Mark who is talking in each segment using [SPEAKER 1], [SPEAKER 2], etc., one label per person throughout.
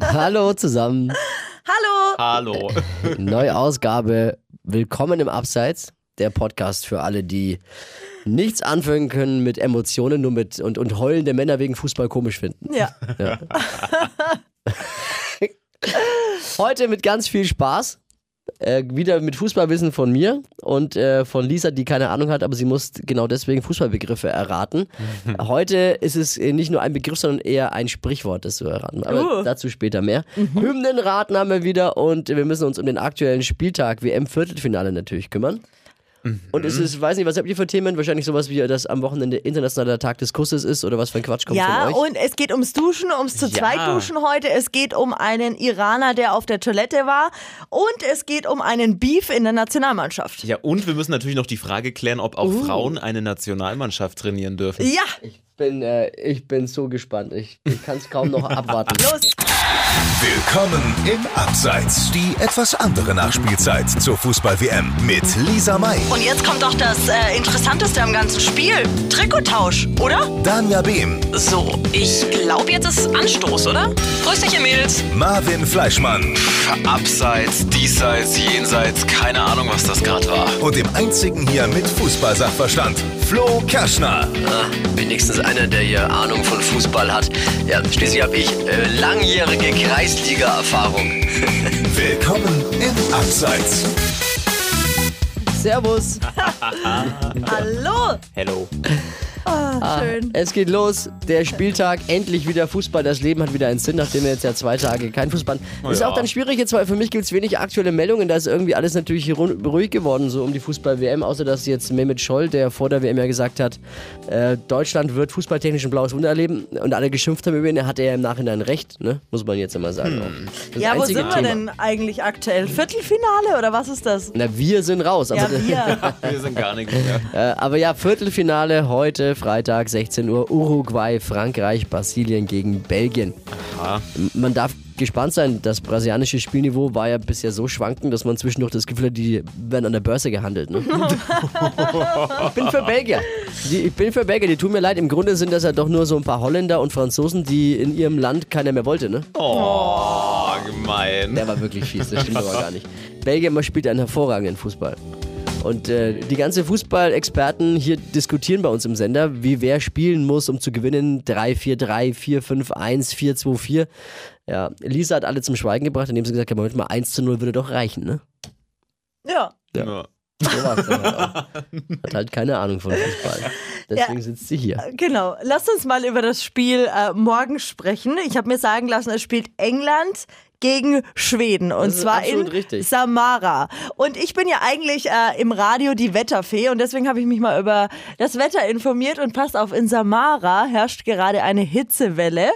[SPEAKER 1] Hallo zusammen.
[SPEAKER 2] Hallo!
[SPEAKER 3] Hallo.
[SPEAKER 1] Neue Ausgabe. Willkommen im Abseits. Der Podcast für alle, die nichts anfangen können mit Emotionen nur mit und, und heulende Männer wegen Fußball komisch finden.
[SPEAKER 2] Ja,
[SPEAKER 1] Ja. Heute mit ganz viel Spaß. Äh, wieder mit Fußballwissen von mir und äh, von Lisa, die keine Ahnung hat, aber sie muss genau deswegen Fußballbegriffe erraten. Heute ist es äh, nicht nur ein Begriff, sondern eher ein Sprichwort, das zu erraten. Aber
[SPEAKER 2] Uh. Mhm.
[SPEAKER 1] dazu später mehr. Hymnenraten haben wir wieder und wir müssen uns um den aktuellen Spieltag WM-Viertelfinale natürlich kümmern.
[SPEAKER 2] Mhm.
[SPEAKER 1] Und es ist, weiß nicht, was habt ihr für Themen? Wahrscheinlich sowas wie, äh, dass am Wochenende internationaler Tag des Kusses ist oder was für ein Quatsch kommt
[SPEAKER 2] ja
[SPEAKER 1] von euch.
[SPEAKER 2] und es geht ums Duschen, ums zu
[SPEAKER 3] Ja.
[SPEAKER 2] zweit Duschen heute. Es geht um einen Iraner, der auf der Toilette war. Und es geht um einen Beef in der Nationalmannschaft. Ja,
[SPEAKER 3] Ja, und wir müssen natürlich noch die Frage klären, ob auch Frauen eine Nationalmannschaft trainieren dürfen.
[SPEAKER 1] Ich bin, äh, ich bin so gespannt. Ich, ich kann es kaum noch abwarten.
[SPEAKER 2] los!
[SPEAKER 4] Willkommen im Abseits. Die etwas andere Nachspielzeit zur Fußball-WM mit Lisa May,
[SPEAKER 2] Und jetzt kommt doch das äh, Interessanteste am ganzen Spiel: Trikottausch, oder?
[SPEAKER 4] Danja Behm,
[SPEAKER 5] So, ich glaube, jetzt ist Anstoß, oder? Grüß dich, ihr Mädels.
[SPEAKER 4] Marvin Fleischmann
[SPEAKER 6] Abseits, diesseits, jenseits, keine Ahnung, was das gerade war.
[SPEAKER 4] und dem einzigen hier mit Fußballsachverstand, Flo Kerschner.
[SPEAKER 5] Wenigstens einer, der hier Ahnung von Fußball hat. Ja, schließlich habe ich äh, langjährige Kreisliga-Erfahrung.
[SPEAKER 4] Willkommen im Abseits.
[SPEAKER 1] Servus.
[SPEAKER 2] Hallo!
[SPEAKER 3] Hello.
[SPEAKER 2] Ah, schön.
[SPEAKER 1] Es geht los. Der Spieltag, endlich wieder Fußball. Das Leben hat wieder einen Sinn, nachdem wir jetzt ja zwei Tage kein Fußball hatten. Das ist
[SPEAKER 3] Ja.
[SPEAKER 1] auch dann schwierig jetzt, weil für mich gibt es wenig aktuelle Meldungen. Da ist irgendwie alles natürlich hier ru- ruhig geworden, so um die Fußball-WM. Außer dass jetzt Mehmet Scholl, der vor der WM ja gesagt hat, äh, Deutschland wird fußballtechnisch ein blaues Wunder erleben. Und alle geschimpft haben über ihn. Er hatte ja im Nachhinein recht, ne? muss man jetzt immer sagen. Das
[SPEAKER 2] Ja, wo
[SPEAKER 1] einzige
[SPEAKER 2] sind wir
[SPEAKER 1] Thema.
[SPEAKER 2] denn eigentlich aktuell? Viertelfinale oder was ist das?
[SPEAKER 1] Na, wir sind raus. Also,
[SPEAKER 2] Ja,
[SPEAKER 1] aber-
[SPEAKER 2] wir.
[SPEAKER 3] Wir sind gar nichts mehr.
[SPEAKER 1] Äh, aber ja, Viertelfinale heute, Freitag, 16 Uhr. Uruguay, Frankreich, Brasilien gegen Belgien. M- Man darf gespannt sein. Das brasilianische Spielniveau war ja bisher so schwankend, dass man zwischendurch das Gefühl hat, die werden an der Börse gehandelt. Ne? ich bin für Belgier. Die, ich bin für Belgier. Die tun mir leid. Im Grunde sind das ja doch nur so ein paar Holländer und Franzosen, die in ihrem Land keiner mehr wollte. Ne?
[SPEAKER 3] Oh, gemein.
[SPEAKER 1] Der war wirklich fies, das stimmt aber gar nicht. Belgien spielt einen hervorragenden Fußball. Und äh, die ganzen Fußballexperten hier diskutieren bei uns im Sender, wie wer spielen muss, um zu gewinnen. 3-4-3, 4-5-1, 4-2-4. Ja, Lisa hat alle zum Schweigen gebracht, indem sie gesagt hat, Moment mal, 1 zu 0 würde doch reichen, ne?
[SPEAKER 2] Ja.
[SPEAKER 3] Ja.
[SPEAKER 1] So war's dann halt auch. Hat halt keine Ahnung von Fußball. Deswegen sitzt sie hier.
[SPEAKER 2] Genau, lasst uns mal über das Spiel äh, morgen sprechen. Ich habe mir sagen lassen, es spielt England gegen Schweden und
[SPEAKER 1] Das ist
[SPEAKER 2] zwar in
[SPEAKER 1] absolut richtig.
[SPEAKER 2] Samara. Und ich bin ja eigentlich äh, im Radio die Wetterfee und deswegen habe ich mich mal über das Wetter informiert und passt auf, in Samara herrscht gerade eine Hitzewelle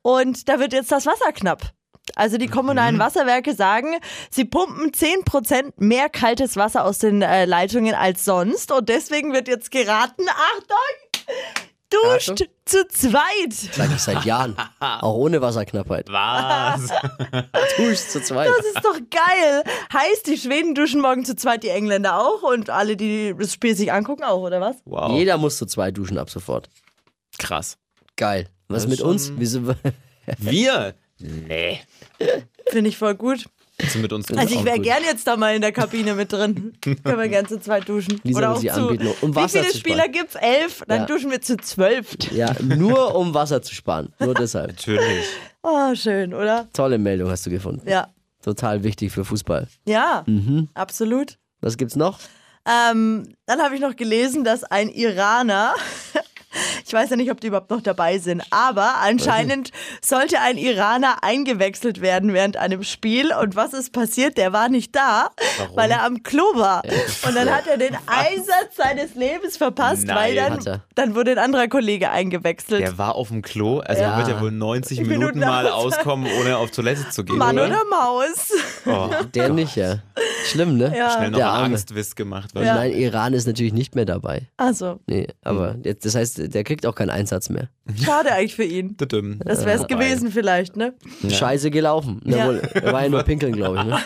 [SPEAKER 2] und da wird jetzt das Wasser knapp. Also die kommunalen
[SPEAKER 1] Mhm.
[SPEAKER 2] Wasserwerke sagen, sie pumpen 10% mehr kaltes Wasser aus den äh, Leitungen als sonst und deswegen wird jetzt geraten, Achtung, duscht
[SPEAKER 1] Achtung.
[SPEAKER 2] zu zweit.
[SPEAKER 1] Sag ich seit Jahren. Auch ohne Wasserknappheit.
[SPEAKER 3] Was?
[SPEAKER 1] Tusch zu zweit.
[SPEAKER 2] Das ist doch geil. Heißt, die Schweden duschen morgen zu zweit, die Engländer auch und alle, die das Spiel sich angucken, auch, oder was?
[SPEAKER 3] Wow.
[SPEAKER 1] Jeder muss zu zweit duschen ab sofort.
[SPEAKER 3] Krass.
[SPEAKER 1] Geil. Was
[SPEAKER 3] Das
[SPEAKER 1] mit
[SPEAKER 3] ist
[SPEAKER 1] uns?
[SPEAKER 3] schon-
[SPEAKER 1] Wieso?
[SPEAKER 3] Wir? Nee.
[SPEAKER 2] Finde ich voll gut.
[SPEAKER 3] Sind mit uns
[SPEAKER 2] Also ich
[SPEAKER 1] auch
[SPEAKER 2] wäre
[SPEAKER 1] gut.
[SPEAKER 2] gern jetzt da mal in der Kabine mit drin. Können wir gern zu zweit duschen.
[SPEAKER 1] Lisa
[SPEAKER 2] oder
[SPEAKER 1] will
[SPEAKER 2] auch
[SPEAKER 1] sie
[SPEAKER 2] zu,
[SPEAKER 1] anbieten, um
[SPEAKER 2] wie
[SPEAKER 1] Wasser
[SPEAKER 2] viele
[SPEAKER 1] zu sparen.
[SPEAKER 2] Spieler gibt's? Elf? Dann
[SPEAKER 1] Ja.
[SPEAKER 2] duschen wir zu zwölf.
[SPEAKER 1] Ja, nur um Wasser zu sparen. Nur deshalb.
[SPEAKER 3] Natürlich.
[SPEAKER 2] Oh, schön, oder?
[SPEAKER 1] Tolle Meldung hast du gefunden.
[SPEAKER 2] Ja.
[SPEAKER 1] Total wichtig für Fußball.
[SPEAKER 2] Ja,
[SPEAKER 1] Mhm.
[SPEAKER 2] absolut.
[SPEAKER 1] Was gibt's noch?
[SPEAKER 2] Ähm, dann habe ich noch gelesen, dass ein Iraner, ich weiß ja nicht, ob die überhaupt noch dabei sind, aber anscheinend sollte ein Iraner eingewechselt werden während einem Spiel. Und was ist passiert? Der war nicht da, weil er am Klo war. Und dann hat er den Einsatz seines Lebens verpasst, weil
[SPEAKER 3] Nein.
[SPEAKER 1] Hat
[SPEAKER 2] dann,
[SPEAKER 1] er.
[SPEAKER 2] dann wurde ein anderer Kollege eingewechselt.
[SPEAKER 3] Der war auf dem Klo. Also
[SPEAKER 1] Ja.
[SPEAKER 3] man wird ja wohl 90
[SPEAKER 2] Minuten
[SPEAKER 3] Minuten, mal
[SPEAKER 2] aus-
[SPEAKER 3] auskommen, ohne auf Toilette zu gehen.
[SPEAKER 2] Mann
[SPEAKER 3] oder?
[SPEAKER 2] oder Maus?
[SPEAKER 3] Oh,
[SPEAKER 1] Der nicht, ja. Schlimm, ne?
[SPEAKER 2] Ja.
[SPEAKER 3] schnell noch
[SPEAKER 1] Der
[SPEAKER 3] einen
[SPEAKER 1] Arme.
[SPEAKER 3] Angstwiss gemacht.
[SPEAKER 1] Und
[SPEAKER 3] weil-
[SPEAKER 1] Nein, Iran ist natürlich nicht mehr dabei.
[SPEAKER 2] Also,
[SPEAKER 3] Hm.
[SPEAKER 1] Nee, aber jetzt, das heißt, der kriegt auch keinen Einsatz mehr.
[SPEAKER 2] Schade eigentlich für ihn.
[SPEAKER 3] Tüdüm.
[SPEAKER 2] Das wäre es gewesen vielleicht, ne?
[SPEAKER 1] Scheiße gelaufen.
[SPEAKER 2] Ja.
[SPEAKER 1] Jawohl, er war ja nur pinkeln, glaube ich. Ne?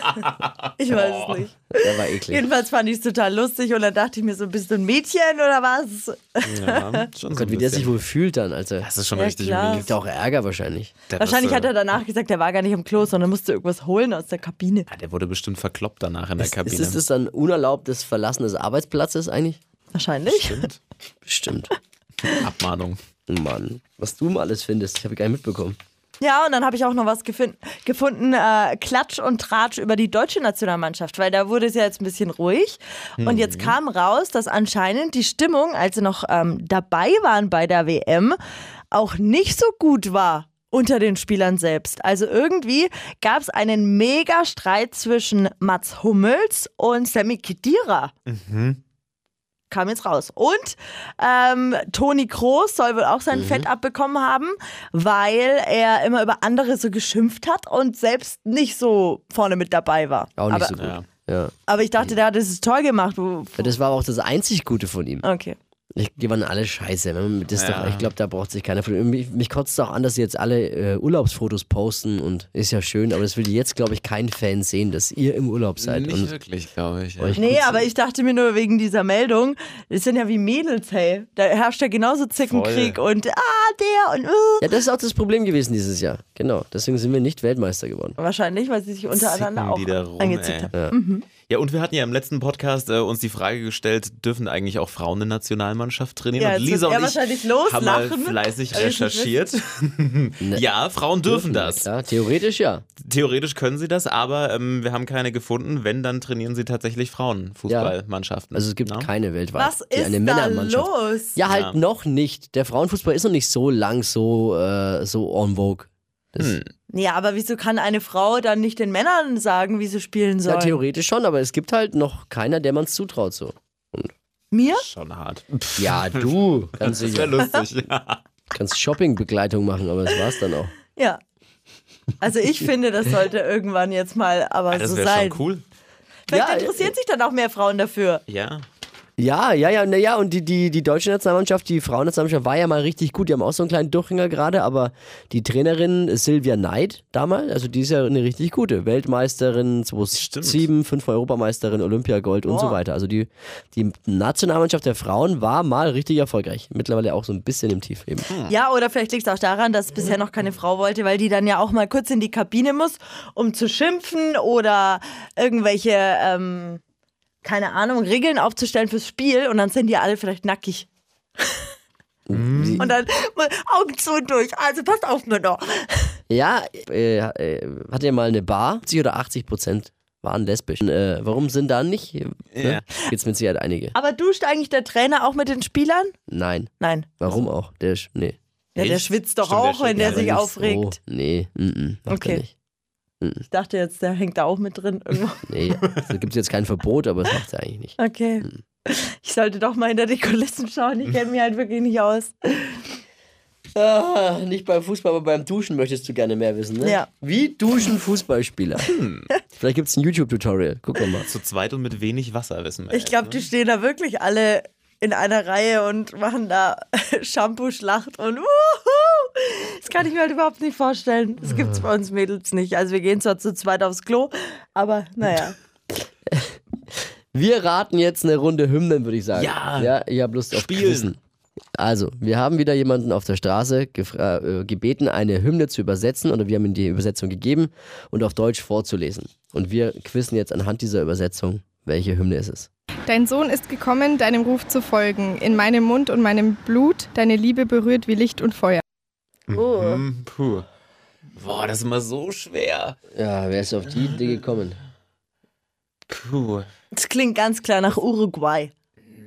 [SPEAKER 2] Ich weiß es nicht.
[SPEAKER 1] Der war
[SPEAKER 3] Genau.
[SPEAKER 1] eklig.
[SPEAKER 2] Jedenfalls fand ich es total lustig und dann dachte ich mir so, bist du ein Mädchen oder was?
[SPEAKER 3] Ja, schon so
[SPEAKER 1] Oh Gott,
[SPEAKER 3] ein
[SPEAKER 1] wie der sich
[SPEAKER 3] bisschen.
[SPEAKER 1] wohl fühlt dann, Alter.
[SPEAKER 3] Das ist schon
[SPEAKER 2] Ja,
[SPEAKER 3] richtig
[SPEAKER 2] klar.
[SPEAKER 3] mies.
[SPEAKER 1] Gibt auch Ärger wahrscheinlich.
[SPEAKER 3] Der
[SPEAKER 2] Wahrscheinlich
[SPEAKER 3] das, äh,
[SPEAKER 2] hat er danach gesagt, er war gar nicht im Klo, sondern musste irgendwas holen aus der Kabine.
[SPEAKER 3] äh, Der wurde bestimmt verkloppt danach in der Kabine.
[SPEAKER 1] Ist, ist das dann unerlaubtes Verlassen des Arbeitsplatzes eigentlich?
[SPEAKER 2] Wahrscheinlich.
[SPEAKER 3] Stimmt.
[SPEAKER 1] Bestimmt.
[SPEAKER 3] Abmahnung.
[SPEAKER 1] Mann, was du mal alles findest, ich habe gar nicht mitbekommen.
[SPEAKER 2] Ja, und dann habe ich auch noch was gefin- gefunden, äh, Klatsch und Tratsch über die deutsche Nationalmannschaft, weil da wurde es ja jetzt ein bisschen ruhig. Und jetzt kam raus, dass anscheinend die Stimmung, als sie noch ähm, dabei waren bei der WM, auch nicht so gut war unter den Spielern selbst. Also irgendwie gab es einen Mega-Streit zwischen Mats Hummels und Sammy Khedira kam jetzt raus. Und ähm, Toni Kroos soll wohl auch sein Fett abbekommen haben, weil er immer über andere so geschimpft hat und selbst nicht so vorne mit dabei war.
[SPEAKER 1] Auch nicht
[SPEAKER 2] aber,
[SPEAKER 1] so gut.
[SPEAKER 3] Ja.
[SPEAKER 1] Ja.
[SPEAKER 2] aber ich dachte, der hat es toll gemacht. Wo-
[SPEAKER 1] Das war aber auch das einzig Gute von ihm.
[SPEAKER 2] Okay.
[SPEAKER 1] Ich, die waren alle scheiße. wenn man Das ist doch,
[SPEAKER 3] Ja.
[SPEAKER 1] ich glaube, da braucht sich keiner von. Mich, mich kotzt es auch an, dass sie jetzt alle äh, Urlaubsfotos posten und ist ja schön, aber das will jetzt, glaube ich, kein Fan sehen, dass ihr im Urlaub seid.
[SPEAKER 3] Nicht
[SPEAKER 1] Und
[SPEAKER 3] wirklich, glaube ich. Ja.
[SPEAKER 1] euch
[SPEAKER 2] Nee,
[SPEAKER 1] gut-
[SPEAKER 2] aber ich dachte mir nur wegen dieser Meldung, das sind ja wie Mädels, hey. Da herrscht ja genauso Zickenkrieg und ah, der und uh.
[SPEAKER 1] ja, das ist auch das Problem gewesen dieses Jahr. Genau. Deswegen sind wir nicht Weltmeister geworden.
[SPEAKER 2] Wahrscheinlich, weil sie sich untereinander
[SPEAKER 3] Zicken die da
[SPEAKER 2] auch
[SPEAKER 3] rum,
[SPEAKER 2] angezickt
[SPEAKER 3] ey.
[SPEAKER 2] haben.
[SPEAKER 1] Ja.
[SPEAKER 3] Ja, und wir hatten ja im letzten Podcast äh, uns die Frage gestellt, dürfen eigentlich auch Frauen eine Nationalmannschaft trainieren?
[SPEAKER 2] Ja,
[SPEAKER 3] und
[SPEAKER 2] jetzt
[SPEAKER 3] Lisa
[SPEAKER 2] wird er
[SPEAKER 3] und ich
[SPEAKER 2] wahrscheinlich
[SPEAKER 3] haben mal
[SPEAKER 2] loslachen, Äh,
[SPEAKER 3] fleißig
[SPEAKER 2] weil wir es nicht
[SPEAKER 3] recherchiert. ja, Frauen dürfen das.
[SPEAKER 1] Ja, theoretisch ja.
[SPEAKER 3] Theoretisch können sie das, aber ähm, wir haben keine gefunden. Wenn, dann trainieren sie tatsächlich Frauenfußballmannschaften. Ne?
[SPEAKER 1] Also es gibt
[SPEAKER 3] Na?
[SPEAKER 1] keine weltweit,
[SPEAKER 2] Was
[SPEAKER 1] die
[SPEAKER 2] ist
[SPEAKER 1] eine
[SPEAKER 2] da
[SPEAKER 1] Männermannschaft.
[SPEAKER 2] los?
[SPEAKER 1] Ja, halt
[SPEAKER 3] Ja.
[SPEAKER 1] noch nicht. Der Frauenfußball ist noch nicht so lang so, äh, so on vogue. Das,
[SPEAKER 3] Hm.
[SPEAKER 2] Ja, aber wieso kann eine Frau dann nicht den Männern sagen, wie sie spielen
[SPEAKER 1] Ja,
[SPEAKER 2] sollen?
[SPEAKER 1] theoretisch schon, aber es gibt halt noch keiner, der man es zutraut so.
[SPEAKER 2] Mir?
[SPEAKER 3] Schon hart.
[SPEAKER 1] Ja, du, ganz
[SPEAKER 3] Das
[SPEAKER 1] sicher.
[SPEAKER 3] wäre lustig. Ja.
[SPEAKER 1] Kannst Shoppingbegleitung machen, aber das war's dann auch.
[SPEAKER 2] Ja. Also ich finde, das sollte irgendwann jetzt mal aber
[SPEAKER 3] Das
[SPEAKER 2] so
[SPEAKER 3] wäre
[SPEAKER 2] Also sein.
[SPEAKER 3] schon cool.
[SPEAKER 2] Vielleicht
[SPEAKER 1] Ja, äh,
[SPEAKER 2] interessieren sich dann auch mehr Frauen dafür.
[SPEAKER 3] Ja.
[SPEAKER 1] Ja, ja, ja, naja, und die, die, die deutsche Nationalmannschaft, die Frauennationalmannschaft war ja mal richtig gut. Die haben auch so einen kleinen Durchhänger gerade, aber die Trainerin Silvia Neid damals, also die ist ja eine richtig gute. Weltmeisterin 2007, fünfmal Europameisterin, Olympiagold und so
[SPEAKER 2] Boah.
[SPEAKER 1] weiter. Also die, die Nationalmannschaft der Frauen war mal richtig erfolgreich. Mittlerweile auch so ein bisschen im Tief eben.
[SPEAKER 2] Ja, oder vielleicht liegt es auch daran, dass bisher noch keine Frau wollte, weil die dann ja auch mal kurz in die Kabine muss, um zu schimpfen oder irgendwelche, ähm, keine Ahnung, Regeln aufzustellen fürs Spiel und dann sind die alle vielleicht nackig.
[SPEAKER 1] Sie-
[SPEAKER 2] Und dann mal Augen zu und durch. Also passt auf mir doch.
[SPEAKER 1] Ja, äh, äh, hat ja mal eine Bar, 70 oder 80 Prozent waren lesbisch. Äh, warum sind da nicht? Ne?
[SPEAKER 3] Ja.
[SPEAKER 1] Gibt's mit Sicherheit einige.
[SPEAKER 2] Aber duscht eigentlich der Trainer auch mit den Spielern?
[SPEAKER 1] Nein.
[SPEAKER 2] Nein.
[SPEAKER 1] Warum auch? Der ist, nee.
[SPEAKER 2] Ja, der
[SPEAKER 3] Echt?
[SPEAKER 2] schwitzt doch
[SPEAKER 3] Stimmt, der
[SPEAKER 2] auch, wenn
[SPEAKER 3] schwitzt,
[SPEAKER 2] der
[SPEAKER 3] ja,
[SPEAKER 2] sich
[SPEAKER 1] Ganz-
[SPEAKER 2] aufregt.
[SPEAKER 1] Oh, nee, mm -mm, macht
[SPEAKER 2] Okay.
[SPEAKER 1] er nicht.
[SPEAKER 3] Oh.
[SPEAKER 2] Ich dachte jetzt, der hängt da auch mit drin. Irgendwo.
[SPEAKER 1] Nee, da gibt es jetzt kein Verbot, aber das macht er eigentlich nicht.
[SPEAKER 2] Okay. Ich sollte doch mal hinter die Kulissen schauen. Ich kenne mich halt wirklich nicht aus.
[SPEAKER 1] Ah, nicht beim Fußball, aber beim Duschen möchtest du gerne mehr wissen, ne?
[SPEAKER 2] Ja.
[SPEAKER 1] Wie duschen Fußballspieler? Hm. Vielleicht gibt es ein YouTube-Tutorial. Guck doch mal.
[SPEAKER 3] Zu zweit und mit wenig Wasser wissen wir.
[SPEAKER 2] Ich
[SPEAKER 3] jetzt,
[SPEAKER 2] glaube,
[SPEAKER 3] ne?
[SPEAKER 2] die stehen da wirklich alle in einer Reihe und machen da Shampoo-Schlacht und wuhu! Das kann ich mir halt überhaupt nicht vorstellen. Das gibt's bei uns Mädels nicht. Also wir gehen zwar zu zweit aufs Klo, aber naja.
[SPEAKER 1] Wir raten jetzt eine Runde Hymnen, würde ich sagen.
[SPEAKER 3] Ja.
[SPEAKER 1] Ja, ich habe Lust auf
[SPEAKER 3] Spielen.
[SPEAKER 1] Quizzen. Also, wir haben wieder jemanden auf der Straße gefra- äh, gebeten, eine Hymne zu übersetzen oder wir haben ihm die Übersetzung gegeben und auf Deutsch vorzulesen. Und wir quizzen jetzt anhand dieser Übersetzung, welche Hymne ist es.
[SPEAKER 7] Dein Sohn ist gekommen, deinem Ruf zu folgen. In meinem Mund und meinem Blut, deine Liebe berührt wie Licht und Feuer.
[SPEAKER 2] Oh.
[SPEAKER 3] Hm, Puh. Boah, das ist immer so schwer.
[SPEAKER 1] Ja, wer ist auf die Idee gekommen?
[SPEAKER 3] Puh.
[SPEAKER 2] Das klingt ganz klar nach Uruguay.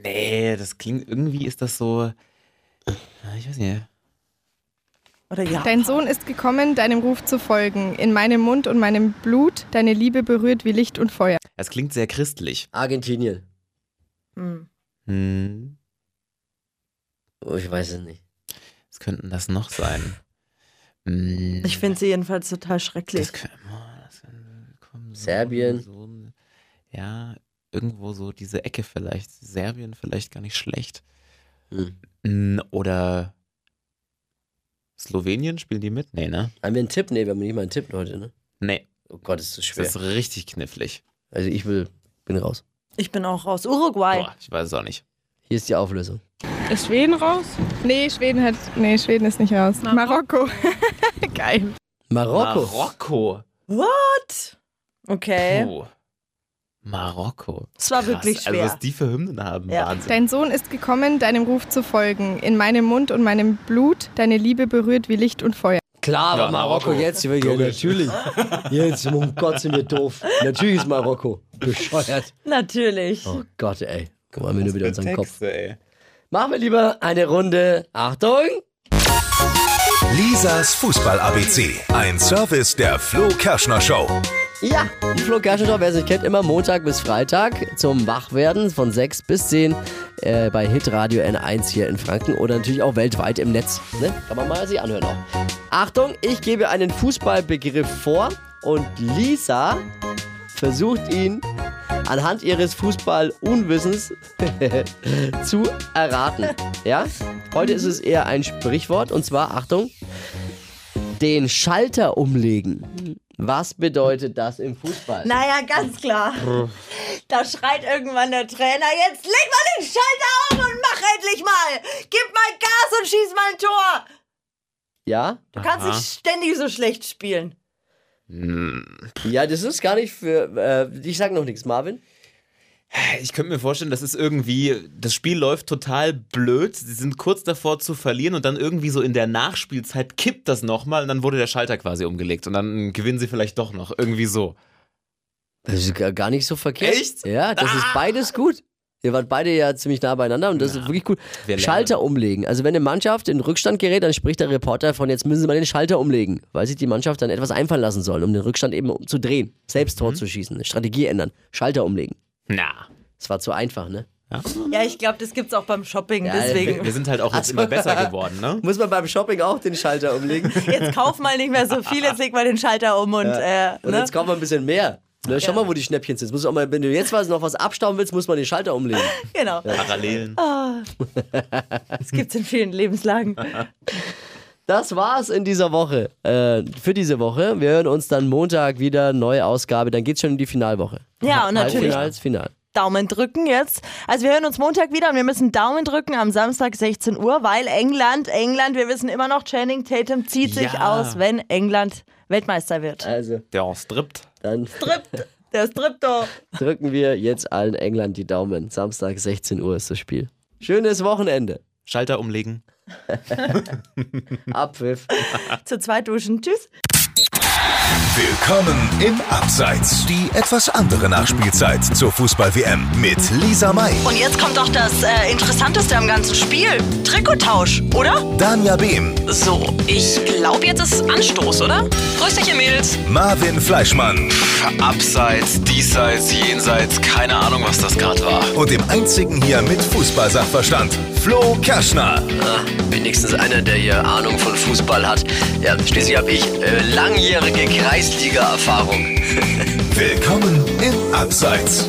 [SPEAKER 3] Nee, das klingt irgendwie ist das so. Ah, Ich weiß nicht.
[SPEAKER 2] Oder ja.
[SPEAKER 7] Dein Sohn ist gekommen, deinem Ruf zu folgen. In meinem Mund und meinem Blut, deine Liebe berührt wie Licht und Feuer.
[SPEAKER 3] Es klingt sehr christlich.
[SPEAKER 1] Argentinien.
[SPEAKER 2] Hm.
[SPEAKER 3] Hm.
[SPEAKER 1] Oh, ich weiß es nicht.
[SPEAKER 3] Was könnten das noch sein? Hm.
[SPEAKER 2] Ich finde sie jedenfalls total schrecklich.
[SPEAKER 3] das kö- oh, das kann- komm, so-
[SPEAKER 1] Serbien.
[SPEAKER 3] so- ja, irgendwo so diese Ecke vielleicht. Serbien vielleicht gar nicht schlecht.
[SPEAKER 1] Hm.
[SPEAKER 3] Hm, Oder Slowenien, spielen die mit? Nee, ne?
[SPEAKER 1] Haben wir einen Tipp? Nee, wir haben nicht mal einen Tipp heute, ne?
[SPEAKER 3] Nee,
[SPEAKER 1] Oh Gott, ist das schwer.
[SPEAKER 3] das ist richtig knifflig.
[SPEAKER 1] also ich will, bin raus.
[SPEAKER 2] Ich bin auch raus. Uruguay.
[SPEAKER 3] Boah, ich weiß es auch nicht.
[SPEAKER 1] Hier ist die Auflösung.
[SPEAKER 8] Ist Schweden raus?
[SPEAKER 7] Nee, Schweden hat. Nee, Schweden ist nicht raus. Marokko. Geil.
[SPEAKER 1] Marokko.
[SPEAKER 3] Marokko.
[SPEAKER 2] What? Okay.
[SPEAKER 3] Puh. Marokko.
[SPEAKER 2] Es war
[SPEAKER 3] Krass.
[SPEAKER 2] wirklich schwer.
[SPEAKER 3] Also, was die für Hymnen haben,
[SPEAKER 2] Ja.
[SPEAKER 3] Wahnsinn.
[SPEAKER 7] Dein Sohn ist gekommen, deinem Ruf zu folgen. In meinem Mund und meinem Blut deine Liebe berührt wie Licht und Feuer.
[SPEAKER 1] Klar, aber
[SPEAKER 3] Ja,
[SPEAKER 1] Marokko,
[SPEAKER 3] Marokko.
[SPEAKER 1] jetzt. Ja, natürlich. Jetzt, um Gott, sind wir doof. Natürlich ist Marokko bescheuert.
[SPEAKER 2] Natürlich.
[SPEAKER 1] Oh Gott, ey. Guck mal, mir nur wieder in seinen Kopf.
[SPEAKER 3] Texte, ey.
[SPEAKER 1] Machen wir lieber eine Runde. Achtung!
[SPEAKER 4] Lisas Fußball ABC. Ein Service der Flo Kerschner Show.
[SPEAKER 1] Ja, die Flo Kerschner Show, wer sich kennt, immer Montag bis Freitag zum Wachwerden von 6 bis 10 äh, bei Hitradio N1 hier in Franken oder natürlich auch weltweit im Netz. Ne? Kann man mal sich anhören auch. Achtung, ich gebe einen Fußballbegriff vor und Lisa versucht ihn anhand ihres Fußballunwissens zu erraten. Ja? Heute ist es eher ein Sprichwort und zwar, Achtung, den Schalter umlegen. Was bedeutet das im Fußball?
[SPEAKER 2] Naja, ganz klar. Da schreit irgendwann der Trainer, jetzt leg mal den Schalter um und mach endlich mal. Gib mal Gas und schieß mal ein Tor.
[SPEAKER 1] Ja?
[SPEAKER 2] Du kannst
[SPEAKER 3] Aha.
[SPEAKER 2] nicht ständig so schlecht spielen.
[SPEAKER 1] Ja, das ist gar nicht für. Äh, ich sag noch nichts, Marvin.
[SPEAKER 3] Ich könnte mir vorstellen, das ist irgendwie, das Spiel läuft total blöd. Sie sind kurz davor zu verlieren und dann irgendwie so in der Nachspielzeit kippt das nochmal und dann wurde der Schalter quasi umgelegt und dann gewinnen sie vielleicht doch noch. Irgendwie so.
[SPEAKER 1] Das ist gar gar nicht so verkehrt.
[SPEAKER 3] Echt? Ah!
[SPEAKER 1] Ja, das ist beides gut. Ihr wart beide ja ziemlich nah beieinander und das ist wirklich gut.
[SPEAKER 3] Wir lernen.
[SPEAKER 1] Schalter umlegen. Also wenn eine Mannschaft in Rückstand gerät, dann spricht der Reporter von, jetzt müssen sie mal den Schalter umlegen, weil sich die Mannschaft dann etwas einfallen lassen soll, um den Rückstand eben zu drehen, selbst
[SPEAKER 3] Mhm.
[SPEAKER 1] Tor zu schießen, eine Strategie ändern, Schalter umlegen.
[SPEAKER 3] Na.
[SPEAKER 1] Das war zu einfach, ne?
[SPEAKER 2] Ja, ich glaube, das gibt's auch beim Shopping.
[SPEAKER 1] Ja,
[SPEAKER 2] deswegen,
[SPEAKER 3] Wir, wir sind halt auch jetzt
[SPEAKER 1] Also-
[SPEAKER 3] immer besser geworden, ne?
[SPEAKER 1] Muss man beim Shopping auch den Schalter umlegen?
[SPEAKER 2] jetzt kauf mal nicht mehr so viel, jetzt leg mal den Schalter um und, äh,
[SPEAKER 1] Und
[SPEAKER 2] ne?
[SPEAKER 1] jetzt kommt man ein bisschen mehr. Ne, schau mal, wo die Schnäppchen sind. Jetzt Muss auch mal, wenn du jetzt was, noch was abstauben willst, muss man den Schalter umlegen.
[SPEAKER 2] Genau.
[SPEAKER 3] Parallelen.
[SPEAKER 2] Das gibt's in vielen Lebenslagen.
[SPEAKER 1] Das war's in dieser Woche. Äh, für diese Woche. Wir hören uns dann Montag wieder, neue Ausgabe. Dann geht's schon in die Finalwoche.
[SPEAKER 2] Ja, und natürlich
[SPEAKER 1] Halbfinals, Final.
[SPEAKER 2] Daumen drücken jetzt. Also wir hören uns Montag wieder und wir müssen Daumen drücken am Samstag 16 Uhr, weil England, England, wir wissen immer noch, Channing Tatum zieht sich
[SPEAKER 3] Ja.
[SPEAKER 2] aus, wenn England Weltmeister wird.
[SPEAKER 1] Also,
[SPEAKER 3] Der auch strippt.
[SPEAKER 1] dann
[SPEAKER 2] Der ist oh. Tripto.
[SPEAKER 1] drücken wir jetzt allen England die Daumen. Samstag 16 Uhr ist das Spiel. Schönes Wochenende.
[SPEAKER 3] Schalter umlegen.
[SPEAKER 1] Abpfiff.
[SPEAKER 2] Zu zweit duschen. Tschüss.
[SPEAKER 4] Willkommen im Abseits. Die etwas andere Nachspielzeit zur Fußball-WM mit Lisa May,
[SPEAKER 2] Und jetzt kommt doch das äh, Interessanteste am ganzen Spiel. Trikottausch, oder?
[SPEAKER 4] Danja Behm,
[SPEAKER 9] So, ich glaube, jetzt ist Anstoß, oder? Grüß dich, ihr Mädels.
[SPEAKER 4] Marvin Fleischmann
[SPEAKER 6] Abseits, diesseits, jenseits, keine Ahnung, was das gerade war.
[SPEAKER 4] und dem einzigen hier mit Fußballsachverstand, Flo Kerschner.
[SPEAKER 5] Wenigstens einer, der hier Ahnung von Fußball hat. Ja, schließlich habe ich äh, langjährige Kreisliga-Erfahrung.
[SPEAKER 4] Willkommen im Abseits.